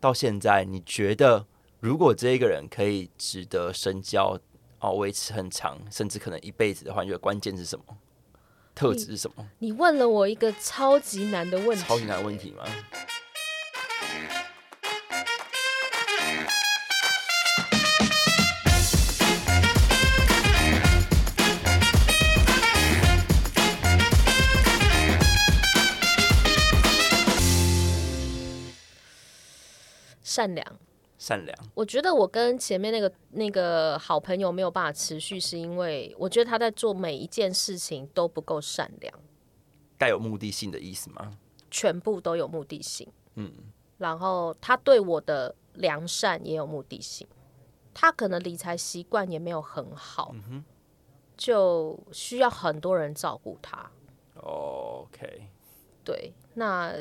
到现在，你觉得如果这一个人可以值得深交哦，维持很长，甚至可能一辈子的话，你觉得关键是什么？特质是什么？你问了我一个超级难的问题，超级难的问题吗？善良。善良，我觉得我跟前面那个那个好朋友没有办法持续，是因为我觉得他在做每一件事情都不够善良，带有目的性的意思吗？全部都有目的性。嗯，然后他对我的良善也有目的性，他可能理财习惯也没有很好，嗯就需要很多人照顾他。 OK，对，那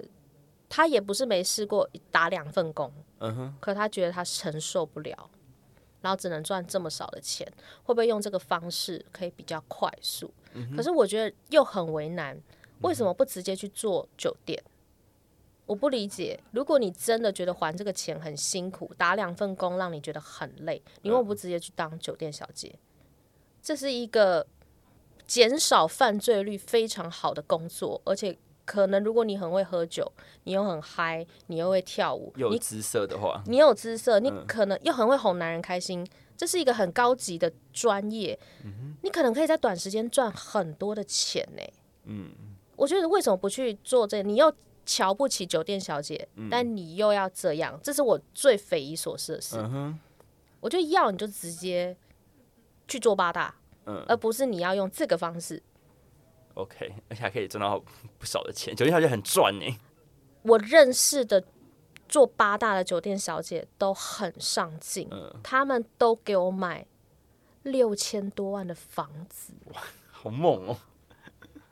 他也不是没试过打两份工，嗯哼，可他觉得他承受不了，然后只能赚这么少的钱，会不会用这个方式可以比较快速？嗯可是我觉得又很为难，为什么不直接去做酒店？我不理解，如果你真的觉得还这个钱很辛苦，打两份工让你觉得很累，你为什么不直接去当酒店小姐？这是一个减少犯罪率非常好的工作，而且可能如果你很会喝酒，你又很嗨，你又会跳舞，又有你姿色的话，你有姿色，你可能又很会哄男人开心，这是一个很高级的专业，你可能可以在短时间赚很多的钱呢、嗯，我觉得为什么不去做这？你又瞧不起酒店小姐，但你又要这样，这是我最匪夷所思的事。嗯哼，我觉得要你就直接去做八大，嗯而不是你要用这个方式。 ，OK，而且还可以赚到不少的钱，酒店小姐很赚呢。我认识的做八大的酒店小姐都很上进，他们都给我买六千多万的房子，好猛 哦、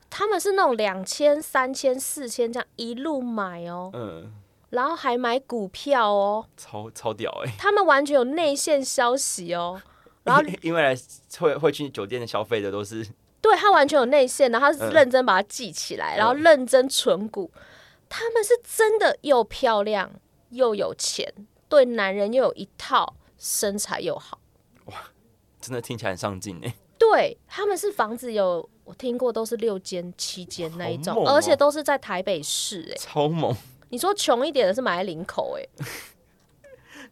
他们是那种两千、三千、四千这样一路买哦，嗯，然后还买股票哦，超超屌哎、他们完全有内线消息哦。然后因为来会会去酒店的消费的都是对他完全有内线，然后他是嗯认真把它记起来，然后认真存股。他们是真的又漂亮又有钱，对男人又有一套，身材又好。真的听起来很上进哎、对，他们是房子有我听过都是六间七间那一种，好猛哦而且都是在台北市、欸。超猛，你说穷一点的是买在林口、欸，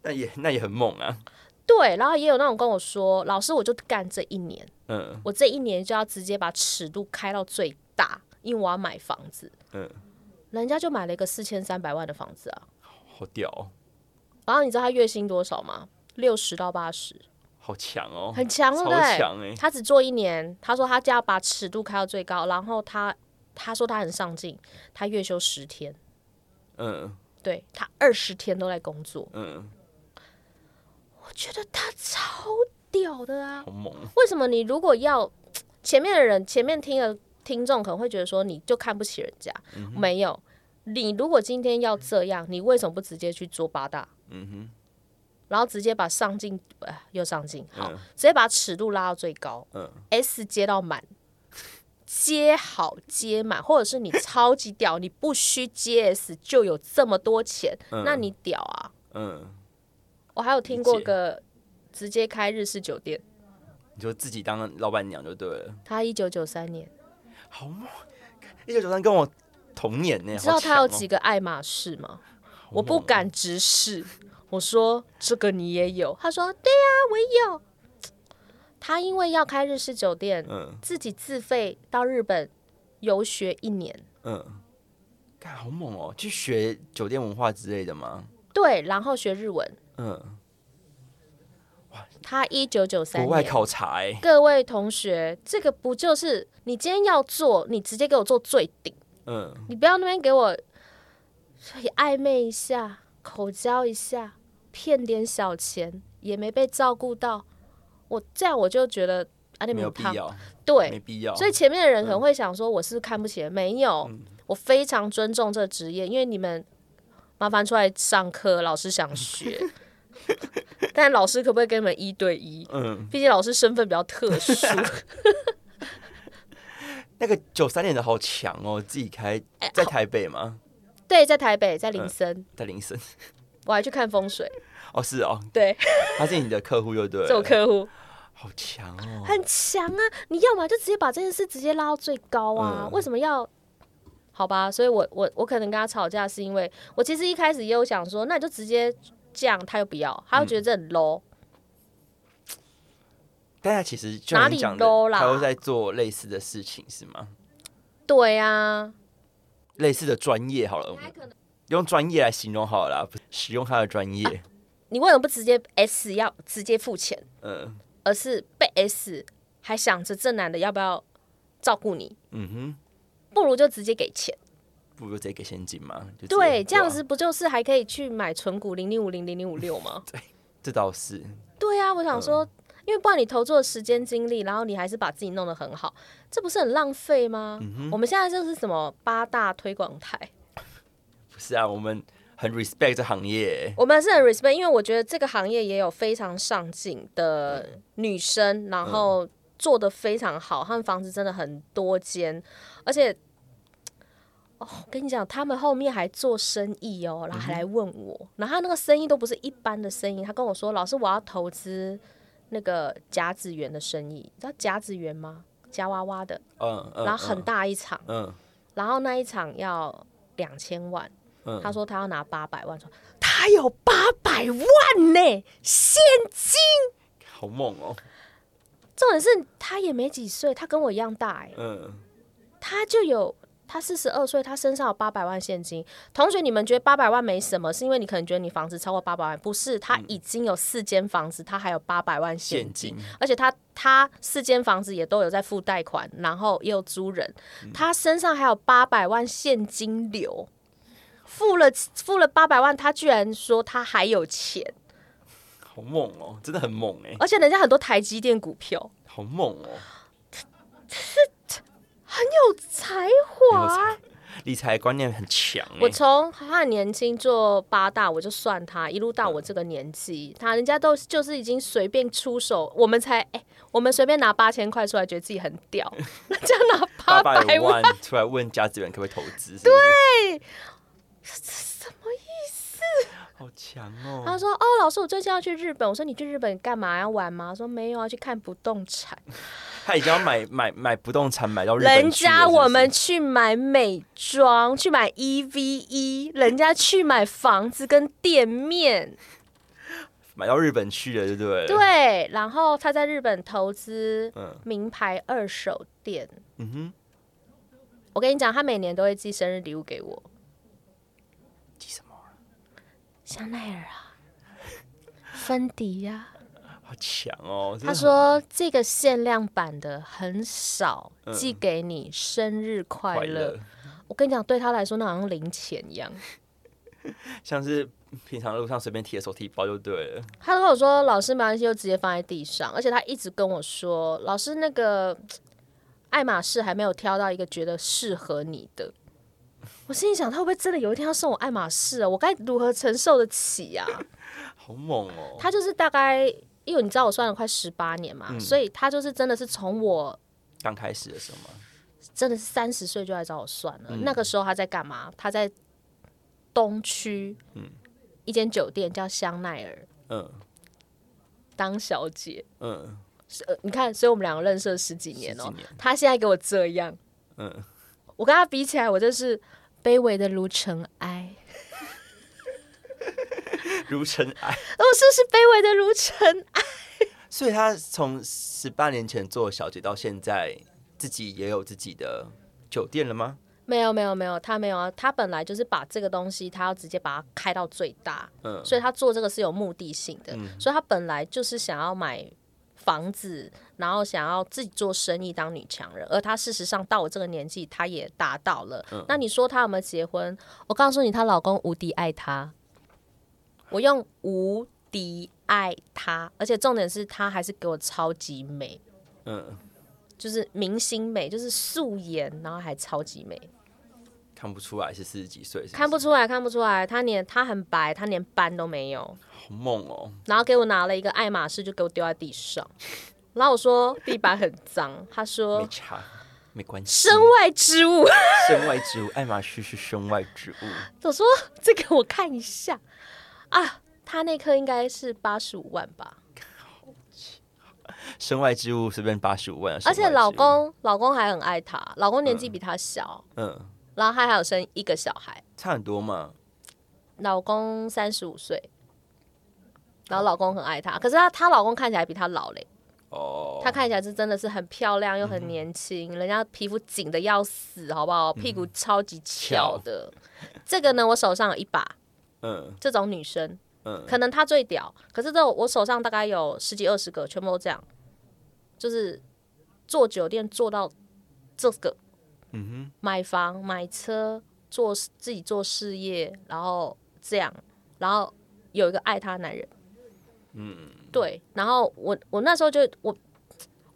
那也那也很猛啊。对，然后也有那种跟我说，老师我就干这一年，嗯我这一年就要直接把尺度开到最大，因为我要买房子。嗯，人家就买了一个四千三百万的房子啊，好屌、哦，然后你知道他月薪多少吗？六十到八十，好强哦、很强，对不超对？强哎、他只做一年，他说他就要把尺度开到最高，然后他他说他很上进，他月休十天，嗯对他二十天都在工作，嗯，我觉得他超屌的啊！好猛，为什么你如果要前面的人，前面听的听众可能会觉得说你就看不起人家，嗯没有。你如果今天要这样，你为什么不直接去做八大？嗯然后直接把上进，呃，又上进，哼，好，嗯直接把尺度拉到最高，嗯 S 接到满，接好接满，或者是你超级屌，你不需接 S 就有这么多钱，那你屌啊！嗯，我还有听过理解个直接开日式酒店，你就自己当老板娘就对了。他一九九三年，好猛！一九九三跟我同年呢、你知道好他有强哦几个爱马仕吗？我不猛哦敢直视，我说这个你也有，他说对呀、我也有。他因为要开日式酒店，嗯自己自费到日本游学一年，嗯，干好猛哦、去学酒店文化之类的吗？对，然后学日文。嗯，他一九九三国外年，考察、欸，各位同学，这个不就是你今天要做，你直接给我做最顶，嗯，你不要那边给我所以暧昧一下，口交一下，骗点小钱，也没被照顾到，我这样我就觉得啊，你没有母必汤要，没对，必要。嗯所以前面的人可能会想说我是看不起人，没有，我非常尊重这职业，因为你们麻烦出来上课，老师 想学，但老师可不可以跟你们一对一？嗯，毕竟老师身份比较特殊。 那个九三年的好哎强哦、自己开在台北吗？嗯对，在台北，在林森，在林森，我还去看风水，哦，是哦，对，他是你的客户就对了，做客户好强哦，很强啊！你要么就直接把这件事直接拉到最高啊，嗯为什么要？好吧，所以我我我可能跟他吵架，是因为我其实一开始也有想说，那你就直接这样，他又不要，他又觉得这很 low，、但他其实就哪像里你讲的 low，啦他都在做类似的事情是吗？对啊，类似的专业好了，我们用专业来形容好了啦，不使用他的专业，你为什么不直接 S 要直接付钱，嗯而是被 S 还想着这男的要不要照顾你，嗯不如就直接给钱。哼，不如直接给现金嘛，就直接对，这样哇子不就是还可以去买存股零零五零零零五六吗？这倒是，对啊，我想说，因为不然你投注的时间精力，然后你还是把自己弄得很好，这不是很浪费吗？我们现在就是什么八大推广台，不是啊，我们很 respect 这行业，我们是很 respect，因为我觉得这个行业也有非常上进的嗯女生，然后做的非常好，她们房子真的很多间，而且。哦，跟你讲，他们后面还做生意哦，然后嗯还来问我，然后他那个生意都不是一般的生意，他跟我说：“老师，我要投资那个甲子园的生意，你知道甲子园吗？夹娃娃的，嗯嗯，然后很大一场，嗯，然后那一场要两千万，嗯他说他要拿八百万，说他有八百万呢，现金。嗯，好猛哦，重点是他也没几岁，他跟我一样大哎、嗯，他就有他四十二岁，他身上有八百万现金。同学，你们觉得八百万没什么，是因为你可能觉得你房子超过八百万，不是？他已经有四间房子，他还有八百万现现金，金而且他他四间房子也都有在付贷款，然后也有租人，他身上还有八百万现金流。付了付了八百万，他居然说他还有钱，好猛哦，真的很猛哎，而且人家很多台积电股票，好猛哦，有才华啊、理财观念很强哎，我从他很年轻做八大，我就算他一路到嗯我这个年纪，他人家都就是已经随便出手，我们才哎、我们随便拿八千块出来，觉得自己很 屌，人家拿八八百百万，万出来问家资源可不可以投资，对，什么意思？好强他哦，说哦，老师，我最近要去日本，我说你去日本干嘛要玩吗？他说没有啊，要去看不动产。他已经要买买买不动产买到日本人去了家是不是我们去买美妆，去买 EVE，人家去买房子跟店面。买到日本去了，对不对？，对，然后他在日本投资嗯名牌二手店。嗯哼，我跟你讲，他每年都会寄生日礼物给我，记什么啊？香奈儿啊，芬迪啊呀、 好强哦！真的他很说这个限量版的很少，寄给你生日快嗯快乐乐。，我跟你讲，对他来说那好像零钱一样。像是平常路上随便提的手提包就对了。他跟我说，老师没关系，就直接放在地上。而且他一直跟我说，老师那个爱马仕还没有挑到一个觉得适合你的。我心里想，他会不会真的有一天要送我爱马仕啊？我该如何承受得起呀、好猛哦！他就是大概，因为你知道我算了快十八年嘛，所以他就是真的是从我刚开始的时候嘛，真的是三十岁就来找我算了。那个时候他在干嘛？他在东区，一间酒店叫香奈儿嗯当小姐。嗯是呃，你看，所以我们两个认识了十几年哦、十几年他现在给我这样，嗯，我跟他比起来，我真是卑微的如尘埃。如尘埃。我哦是不是卑微的如尘埃？所以他从十八年前做小姐到现在，自己也有自己的酒店了吗？没有没有没有，他没有啊，他本来就是把这个东西，他要直接把它开到最大，嗯所以他做这个是有目的性的，所以他本来就是想要买房子，然后想要自己做生意当女强人，而他事实上到我这个年纪，他也达到了。那你说他有没有结婚？我告诉你，她老公无敌爱她，我用无敌爱她，而且重点是她还是给我超级美，嗯，就是明星美，就是素颜，然后还超级美。看不出来是四十几岁，是是看不出来，看不出来，他连他很白，他连斑都没有。好猛哦！然后给我拿了一个爱马仕，就给我丢在地上。然后我 说地板很脏，他没说差，没关系。哦身外之物。身外之物，爱马仕是身外之物。我说这个我看一下。啊，他那颗应该是八十五万吧，身外之物随便八十五万啊，身外而且之物老，公老公还很爱她，老公年纪比她小，嗯，然后她还有生一个小孩，差很多嘛，老公三十五岁，然后老公很爱她，可是她她老公看起来比她老嘞，哦，嗯她看起来是真的是很漂亮又很年轻，人家皮肤紧的要死，好不好？屁股超级翘的，这个呢，我手上有一把，嗯这种女生，嗯，可能她最屌，可是这我手上大概有十几二十个，全部都这样，就是做酒店做到这个，嗯哼，买房买车，做自己做事业，然后这样，然后有一个爱她的男人，嗯，对，然后我我那时候就我。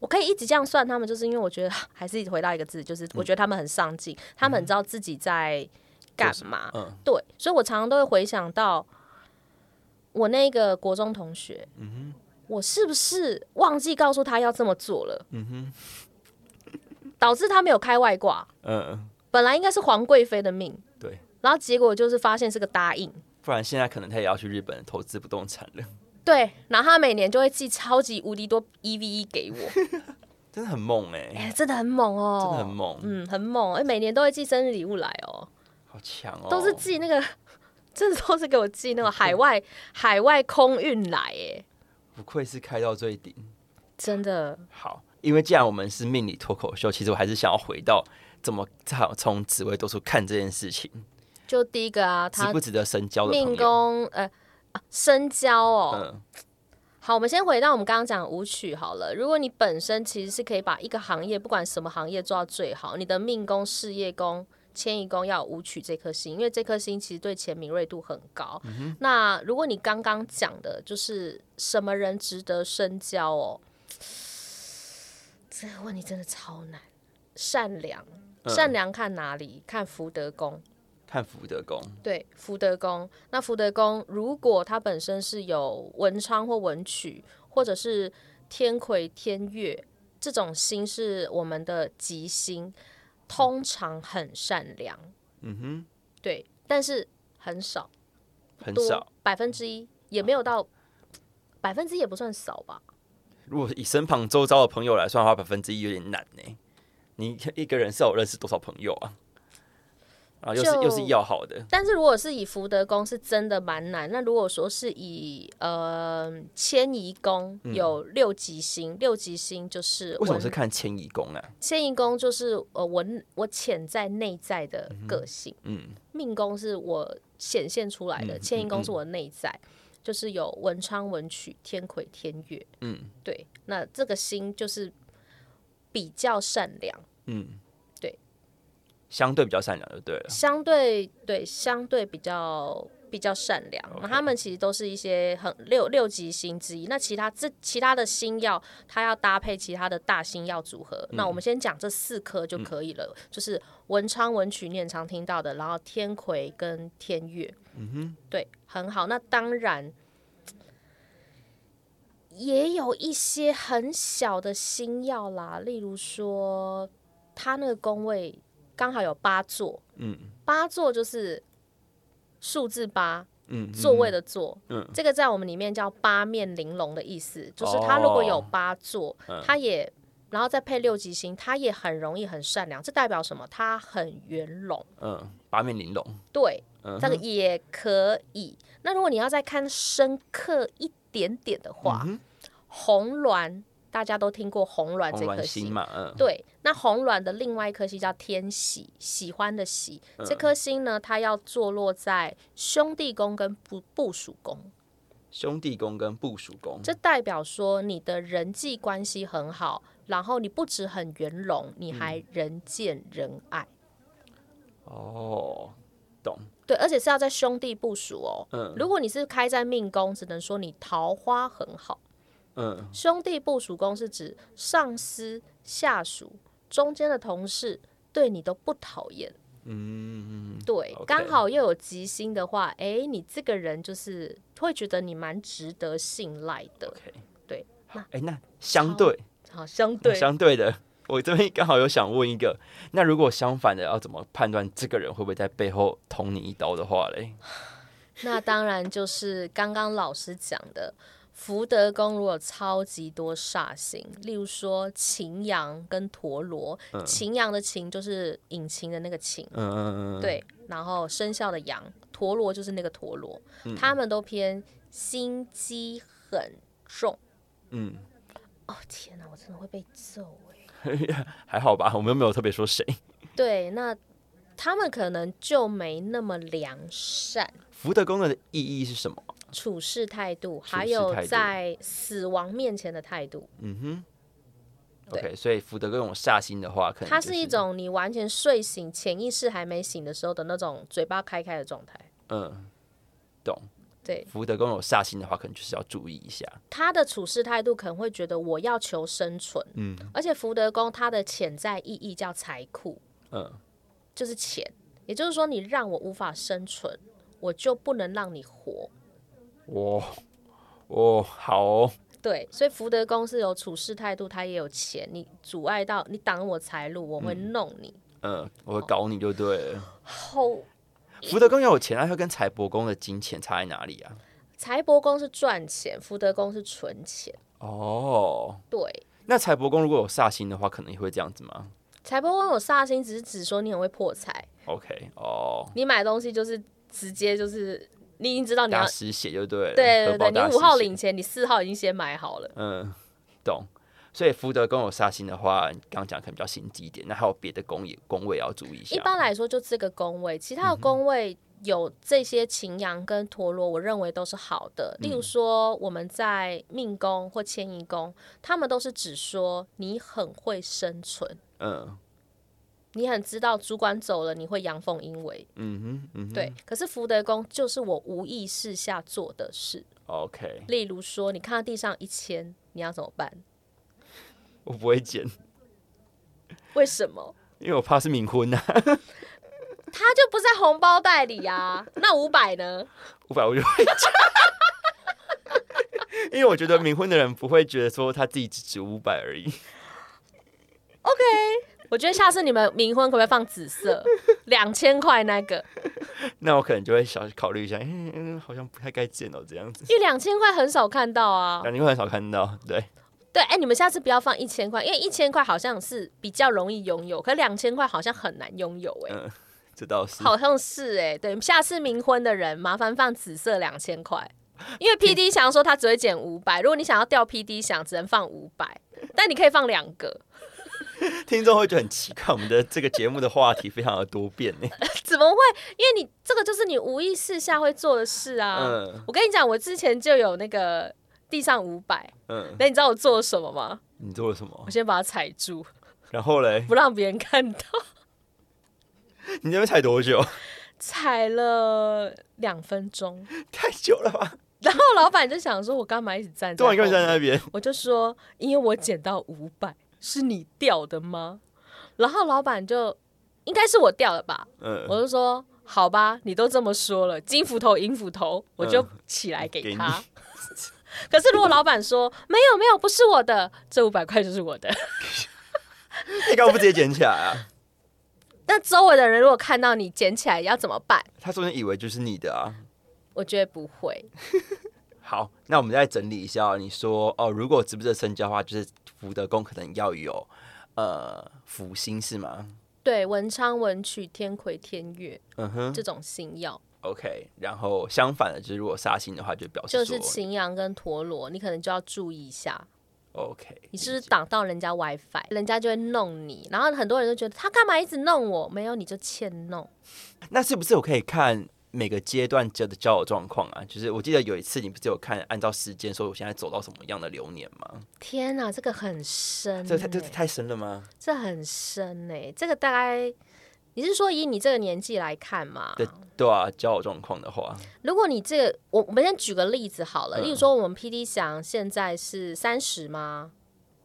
我可以一直这样算他们，就是因为我觉得还是回到一个字，就是我觉得他们很上进，他们很知道自己在干嘛，嗯对，所以我常常都会回想到我那个国中同学，我是不是忘记告诉他要这么做了？导致他没有开外挂，嗯，本来应该是皇贵妃的命，对，然后结果就是发现是个答应，不然现在可能他也要去日本投资不动产了， 对，然后他每年就会寄超级无敌多 EVE 给我，真的很猛哎、 哎、真的很猛哦，真的很，猛，嗯，很猛，哎、每年都会寄生日礼物来哦，好强哦，都是寄那个， 真的都是给我寄那种海外海外空运来，哎，不愧是开到最顶。真的，好，因为既然我们是命理脱口秀，其实我还是想要回到怎么从从紫微斗数看这件事情，就第一个啊，值他不值得深交的朋友命宫呃、啊、深交哦。嗯好，我们先回到我们刚刚讲的舞曲好了。如果你本身其实是可以把一个行业，不管什么行业做到最好，你的命宫、事业宫、迁移宫要有舞曲这颗星，因为这颗星其实对钱敏锐度很高。嗯那如果你刚刚讲的就是什么人值得深交哦，这个问题真的超难。善良，嗯善良看哪里？看福德宫。看福德宫，对，福德宫。那福德宫如果它本身是有文昌或文曲，或者是天魁、天月这种星是我们的吉星，通常很善良。嗯对，但是很少，哼，很多少。百分之一也没有到百分之一也不算少吧。如果以身旁周遭的朋友来算的话，百分之一有点难呢、你一个人是要认识多少朋友啊？啊，又是就又是要好的，但是如果是以福德宫是真的蛮难，那如果说是以呃迁移宫有六吉星，六吉星就是嗯为什么文是看迁移宫啊？迁移宫就是呃我我潜在内在的个性，嗯命宫是我显现出来的，嗯迁移宫是我内在，就是有文昌、文曲、天魁、天月，嗯对，那这个星就是比较善良，嗯，对，相对比较善良就对了。啊相对对相对比较。比较善良，那他们其实都是一些很六六级星之一。那其他这其他的星耀，它要搭配其他的大星耀组合。那我们先讲这四颗就可以了，就是文昌、文曲，你很常听到的，然后天魁跟天月，嗯哼，对，很好。那当然也有一些很小的星耀啦，例如说他那个宫位刚好有八座，嗯，八座就是数字八，嗯，座位的座，嗯这个在我们里面叫八面玲珑的意思，就是它如果有哦八座，嗯它也然后再配六吉星，它也很容易很善良，这代表什么？它很圆融，嗯，八面玲珑，对，嗯这个也可以。那如果你要再看深刻一点点的话，嗯红鸾大家都听过红鸾这红鸾颗星星。嘛，嗯，对，那红鸾的另外一颗星叫天喜，喜欢的喜。嗯这颗星呢，它要坐落在兄弟宫跟部部属宫。兄弟宫跟部署宫，这代表说你的人际关系很好，然后你不止很圆融，你还嗯人见人爱。哦，懂，对，而且是要在兄弟部署哦。嗯如果你是开在命宫，只能说你桃花很好。嗯兄弟部署宫是指上司、下属、中间的同事对你都不讨厌。嗯，对 OK，刚好又有吉星的话，诶，你这个人就是会觉得你蛮值得信赖的。 OK，对，好，哎、那相对好，相对相对的，我这边刚好有想问一个，那如果相反的，要怎么判断这个人会不会在背后捅你一刀的话嘞？那当然就是刚刚老师讲的，福德宫如果超级多煞星，例如说擎羊跟陀螺，擎羊的擎就是引擎的那个擎，嗯嗯嗯，对，然后生肖的羊，陀螺就是那个陀螺，嗯他们都偏心机很重。嗯，哦天哪，我真的会被揍哎、还好吧，我们又没有特别 说谁。对，那他们可能就没那么良善，福德宫的意义是什么？处事态度，处还事有态度在死亡面前的态度，嗯哼对，OK，所以福德宫有煞星的话，可能、它就是一种你完全睡醒、潜意识还没醒的时候的那种嘴巴开开的状态。嗯，懂。对福德宫有煞星的话，可能就是要注意一下。他的处事态度可能会觉得我要求生存，嗯而且福德宫它的潜在意义叫财库，嗯就是钱，也就是说你让我无法生存，我就不能让你活。哇哦，好哦对，所以福德宫是有处事态度，它也有钱，你阻碍到你挡我财路，我会弄你。嗯，我会搞你就对哦了。后福德宫要有钱，啊那它跟财帛宫的金钱差在哪里啊？财帛宫是赚钱，福德宫是存钱。哦，对，那财帛宫如果有煞星的话，可能也会这样子吗财帛宫有煞星，只是指说你很会破财， ？OK，哦，你买东西就是直接就是你已经知道你要大失血就对了。对荷对包对，大你失五号血领钱，你四号已经先买好了。嗯，懂。所以福德宫有煞星的话，你刚刚讲可能比较心机一点。那还有别的宫也宫位也要注意一下。一般来说就这个宫位，其他的宫位有这些擎羊跟陀螺，我认为都是好的。例如说我们在命宫或迁移宫，他们都是指说你很会生存，嗯你很知道主管走了你会阳奉阴违，嗯哼嗯哼，对。可是福德宫就是我无意识下做的事， ，OK，例如说你看到地上一千，你要怎么办？我不会剪，为什么？因为我怕是冥婚呐、啊，它就不在红包袋里呀、那五百呢？五百我就会剪。因为我觉得冥婚的人不会觉得说他自己只值五百而已， 我觉得下次你们冥婚可不可以放紫色，两千块那个，那我可能就会小考虑一下，嗯嗯，好像不太该剪哦，这样子。因为两千块很少看到啊。感觉会很少看到，对，对，哎、你们下次不要放一千块，因为一千块好像是比较容易拥有，可两千块好像很难拥有、哎、嗯这倒是。好像是哎、对，下次冥婚的人麻烦放紫色两千块。因为 P D 想说他只会减五百，如果你想要掉 P D 想，只能放五百，但你可以放两个，听众会觉得很奇怪，我们的这个节目的话题非常的多变欸呢。怎么会？因为你这个就是你无意识下会做的事啊。嗯我跟你讲，我之前就有那个地上五百，嗯，那你知道我做了什么吗？你做了什么我？先把它踩住，然后嘞，不让别人看到。你那边踩多 久？踩了两分钟，太久了吧？然后老板就想说，我干嘛一直站在对，后你干嘛面？站在那边？我就说，因为我捡到五百，是你掉的吗？然后老板就应该是我掉的吧，嗯，我就说。好吧，你都这么说了，金斧头银斧头，我就嗯起来给给他。你 可是如果老板说没有没有不是我的，这五百块就是我的， 你干嘛不直接捡起来啊？那周围的人如果看到你捡起来要怎么办？他说你以为就是你的啊。我觉得不会，好，那我们再整理一下哦、你说哦，如果值不值得深交的话，就是福德宫可能要有呃福星是吗？对文昌、文曲、天魁、天月嗯哦哼这种星曜， ，OK。然后相反的，就是如果煞星的话，就表就示说是擎羊跟陀螺，你可能就要注意一下， OK。你是不是挡到人家 WiFi，人家就会弄你。然后很多人就觉得他干嘛一直弄我？没有，你就欠弄。那是不是我可以看每个阶段交的交友状况啊？就是我记得有一次你不是有看按照时间说我现在走到什么样的流年吗？天哪，这个很深、这太这欸，太深了吗？这很深哎、这个大概你是说以你这个年纪来看嘛？对对啊，交友状况的话，如果你这个，我我们先举个例子好了，嗯例如说我们 P D 想现在是三十吗？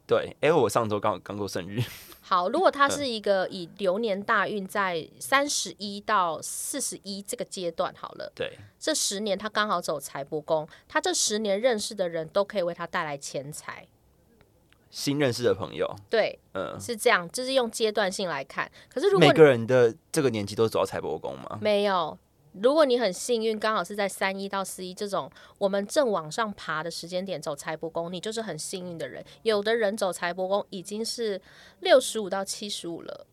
对，哎、我上周刚刚过生日， 好，如果他是嗯一个以流年大运在三十一到四十一这个阶段好了，对，这十年他刚好走财帛宫，他这十年认识的人都可以为他带来钱财，新认识的朋友，对，嗯，是这样，就是用阶段性来看。可是如果每你嗯个人的这个年纪都走到财帛宫吗？没有如果你很幸运，刚好是在三一到四一这种我们正往上爬的时间点走财帛宫，你就是很幸运的人。有的人走财帛宫已经是六十五到七十五了，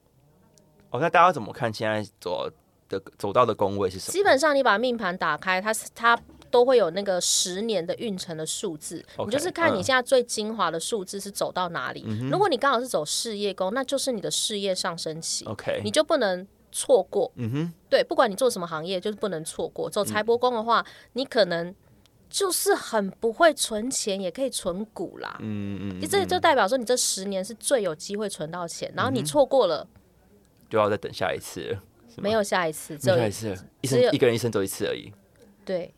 哦，那大家怎么看现在走的走到的宫位是什么？基本上你把命盘打开，它是它都会有那个十年的运程的数字 OK，你就是看嗯你现在最精华的数字是走到哪里。如果你刚好是走事业宫，那就是你的事业上升期。 OK，你就不能错过。嗯哼，嗯对，不管你做什么行业，就是不能错过。走财帛宫的话，你可能就是很不会存钱，也可以存股啦。嗯嗯嗯，嗯这就代表说你这十年是最有机会存到钱，然后你错过了，就要再等下一次了，吗没有下一次，只嗯没有下有一次了，一只生有一个人一生走一次而已。对。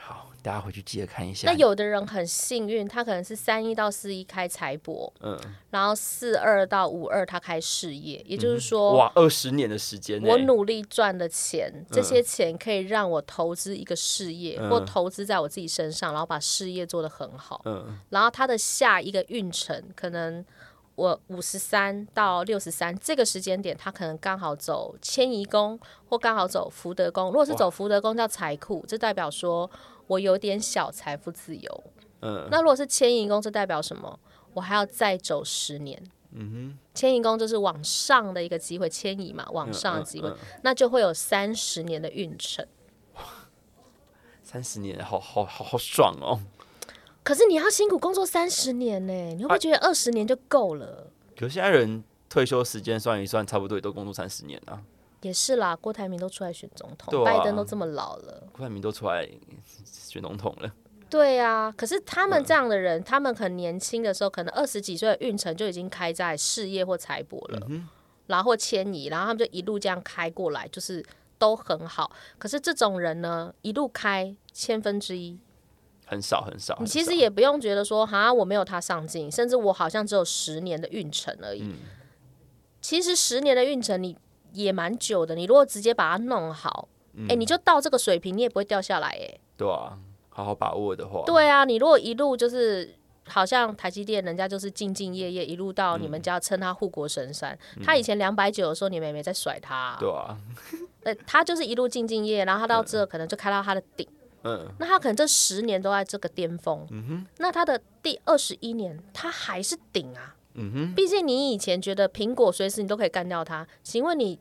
好，大家回去记得看一下。那有的人很幸运，他可能是三一到四一开财帛，嗯，然后四二到五二他开事业，也就是说，嗯哇，二十年的时间呢，我努力赚的钱，这些钱可以让我投资一个事业，嗯或投资在我自己身上，然后把事业做得很好。嗯然后它的下一个运程，可能我五十三到六十三这个时间点，它可能刚好走迁移宫，或刚好走福德宫。如果是走福德宫叫财库，这代表说我有点小财富自由。嗯，那如果是迁移宫，这代表什么？我还要再走十年。嗯哼，迁移宫就是往上的一个机会，迁移嘛，往上的机会，嗯嗯那就会有三十年的运程。三十年，好好好好爽哦。可是你要辛苦工作三十年呢、你会啊不会觉得二十年就够了？可是现在人退休时间算一算，差不多也都工作三十年了、啊。也是啦，郭台铭都出来选总统，对啊拜登都这么老了，郭台铭都出来选总统了，对啊。可是他们这样的人，他们很年轻的时候，可能二十几岁的运程就已经开在事业或财帛了。嗯然后迁移，然后他们就一路这样开过来，就是都很好。可是这种人呢，一路开千分之一，哼，很少很少。你其很实少也不用觉得说哈，我没有他上进，甚至我好像只有十年的运程而已。嗯其实十年的运程你也蛮久的，你如果直接把它弄好，哎、嗯你就到这个水平，你也不会掉下来、哎，对啊，好好把握的话，对啊，你如果一路就是。好像台积电，人家就是兢兢业业，一路到你们家称他护国神山。他以前两百九的时候，你们也没在甩他啊、对啊，呃，他就是一路兢兢业，业，然后他到这可能就开到他的顶，嗯，那他可能这十年都在这个巅峰，那他的第二十一年他还是顶啊，毕竟你以前觉得苹果随时你都可以干掉他，请问你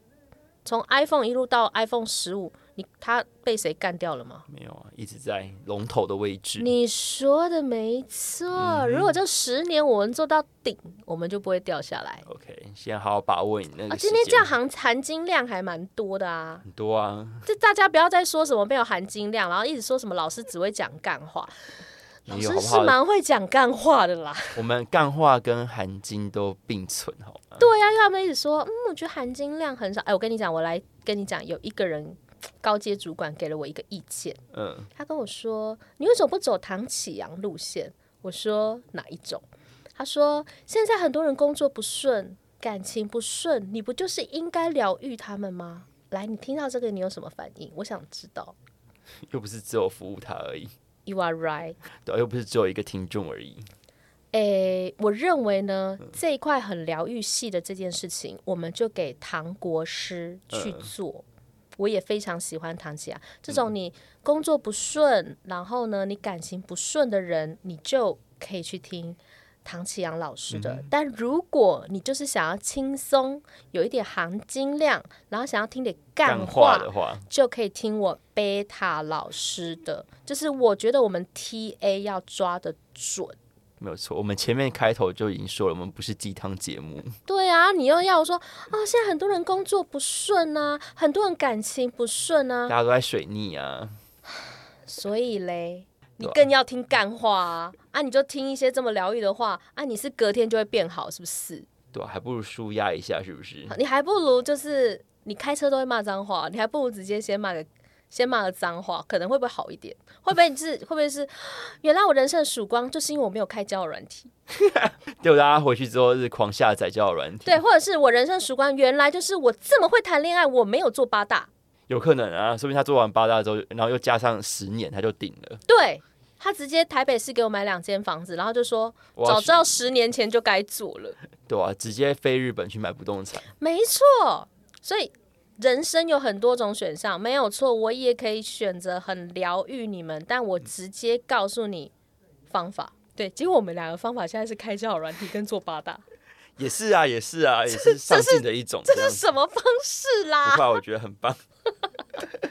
从 iPhone 一路到 iPhone 十五，你他被谁干掉了吗？没有啊，一直在龙头的位置。你说的没嗯错，如果这十年我们做到顶，我们就不会掉下来。 OK，现在好好把握你那啊，个时今间。天这样含含金量还蛮多 的啊，很多啊，这大家不要再说什么没有含金量，然后一直说什么老师只会讲干话，老没有师好不是好？蛮会讲干话的啦。我们干话跟含金都并存，好吗？对呀、因为他们一直说，嗯，我觉得含金量很少。哎，我跟你讲，我来跟你讲，有一个人高阶主管给了我一个意见，嗯，他跟我说，你为什么不走唐启阳路线？我说哪一种？他说现在很多人工作不顺，感情不顺，你不就是应该疗愈他们吗？来，你听到这个，你有什么反应？我想知道。又不是只有服务他而已， You are right。对，又不是只有一个听众而已。诶，我认为呢，嗯这一块很疗愈系的这件事情，我们就给唐国师去嗯做。我也非常喜欢唐启阳这种你工作不顺，然后呢你感情不顺的人，你就可以去听唐启阳老师嗯的。但如果你就是想要轻松，有一点含金量，然后想要听点干干话话的话，就可以听我贝塔老师的。就是我觉得我们 TA 要抓的准。没有错。我们前面开头就已经说了，我们不是鸡汤节目，对啊，你又要我说啊，现在很多人工作不顺啊，很多人感情不顺大啊，家都在水逆啊。所以嘞，你对啊更要听干话啊，啊，你就听一些这么疗愈的话啊，你是隔天就会变好，是不是？对啊、还不如舒压一下，是不是？你还不如就是你开车都会骂脏话，你还不如直接先骂个先骂个脏话，可能会不会好一点？会不会是会不会是原来我人生的曙光就是因为我没有开交友软体？就大家回去之后是狂下载交友软体，对，，或者是我人生的曙光原来就是我这么会谈恋爱，我没有做八大。有可能啊，说不定他做完八大之后，然后又加上十年，他就顶了。对他直接台北市给我买两间房子，然后就说我早要知道十年前就该做了，对啊，直接飞日本去买不动产，没错。所以人生有很多种选项，没有错，我也可以选择很疗愈你们，但我直接告诉你方法。对，结果我们两个方法现在是开交友软体跟做八大，也是啊，也是啊，也是上进的一种这这样是子。什么方式啦？不怕，我觉得很棒。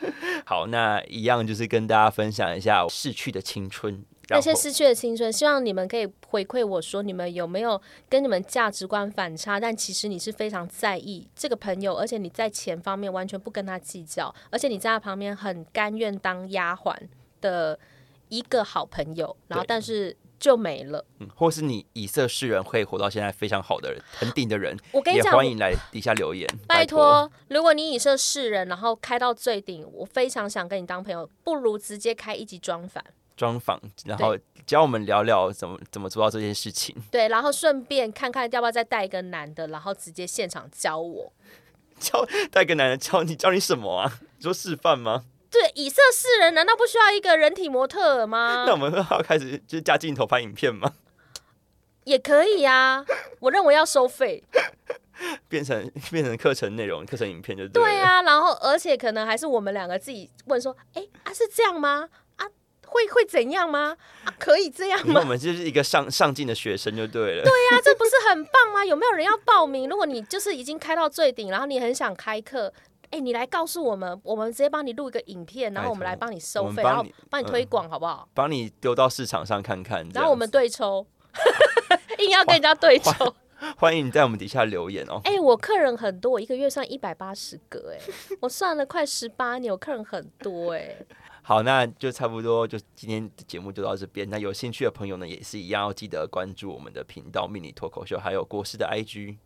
好，那一样就是跟大家分享一下我逝去的青春，然那后些失去的青春，希望你们可以回馈我说，你们有没有跟你们价值观反差？但其实你是非常在意这个朋友，而且你在钱方面完全不跟他计较，而且你在他旁边很甘愿当丫鬟的一个好朋友，然后但是就没了。嗯或是你以色示人会活到现在非常好的人，很顶的人，我跟你也讲，欢迎来底下留言，拜托。托，如果你以设示人，然后开到最顶，我非常想跟你当朋友，不如直接开一级装反。专访，然后教我们聊聊怎么怎么做到这件事情。 对，然后顺便看看要不要再带一个男的，然后直接现场教我。教带个男人教你教你什么啊？你说示范吗？对，以色示人难道不需要一个人体模特儿 那吗我？们要开始就是加镜头拍影片吗？ 也可以啊，我认为要收费。变成变成课程内容、课程影片就对了。啊，然后而且可能还是我们两个自己问说，哎、啊是这样吗？啊会会怎样吗？啊可以这样你看吗？我们就是一个上上进的学生就对了。对，对啊，这不是很棒吗？有没有人要报名？如果你就是已经开到最顶，然后你很想开课。哎、你来告诉我们，我们直接帮你录一个影片，然后我们拜托来帮你收我们费，帮然后你帮你推广，好不好？帮你丢到市场上看看。这然样子后我们对抽， 硬要跟人家对抽。欢迎你在我们底下留言哦。哎、我客人很多，我一个月算一百八十个、哎，我算了快十八年，我客人很多、哎，好，那就差不多，就今天的节目就到这边。那有兴趣的朋友呢，也是一样要记得关注我们的频道“命理脱口秀”，还有国师的 IG。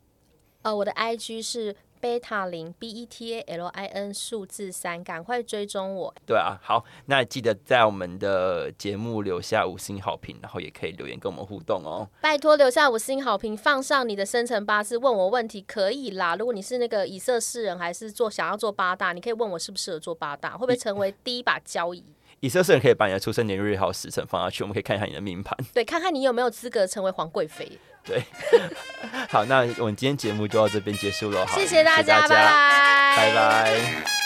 呃，我的 IG 是贝塔零 B E T A L I N 数字三，赶快追踪我。对啊，好，那记得在我们的节目留下五星好评，然后也可以留言跟我们互动哦。拜托留下五星好评，放上你的生辰八字，问我问题可以啦。如果你是那个以色示人，还是做想要做八大，你可以问我适不适合做八大，会不会成为第一把交椅？以色列人可以把你的出生年月日还有时辰放下去，我们可以看一下你的命盘。对，看看你有没有资格成为皇贵妃。对，好，那我们今天节目就到这边结束了。好谢谢大家，拜拜拜，拜拜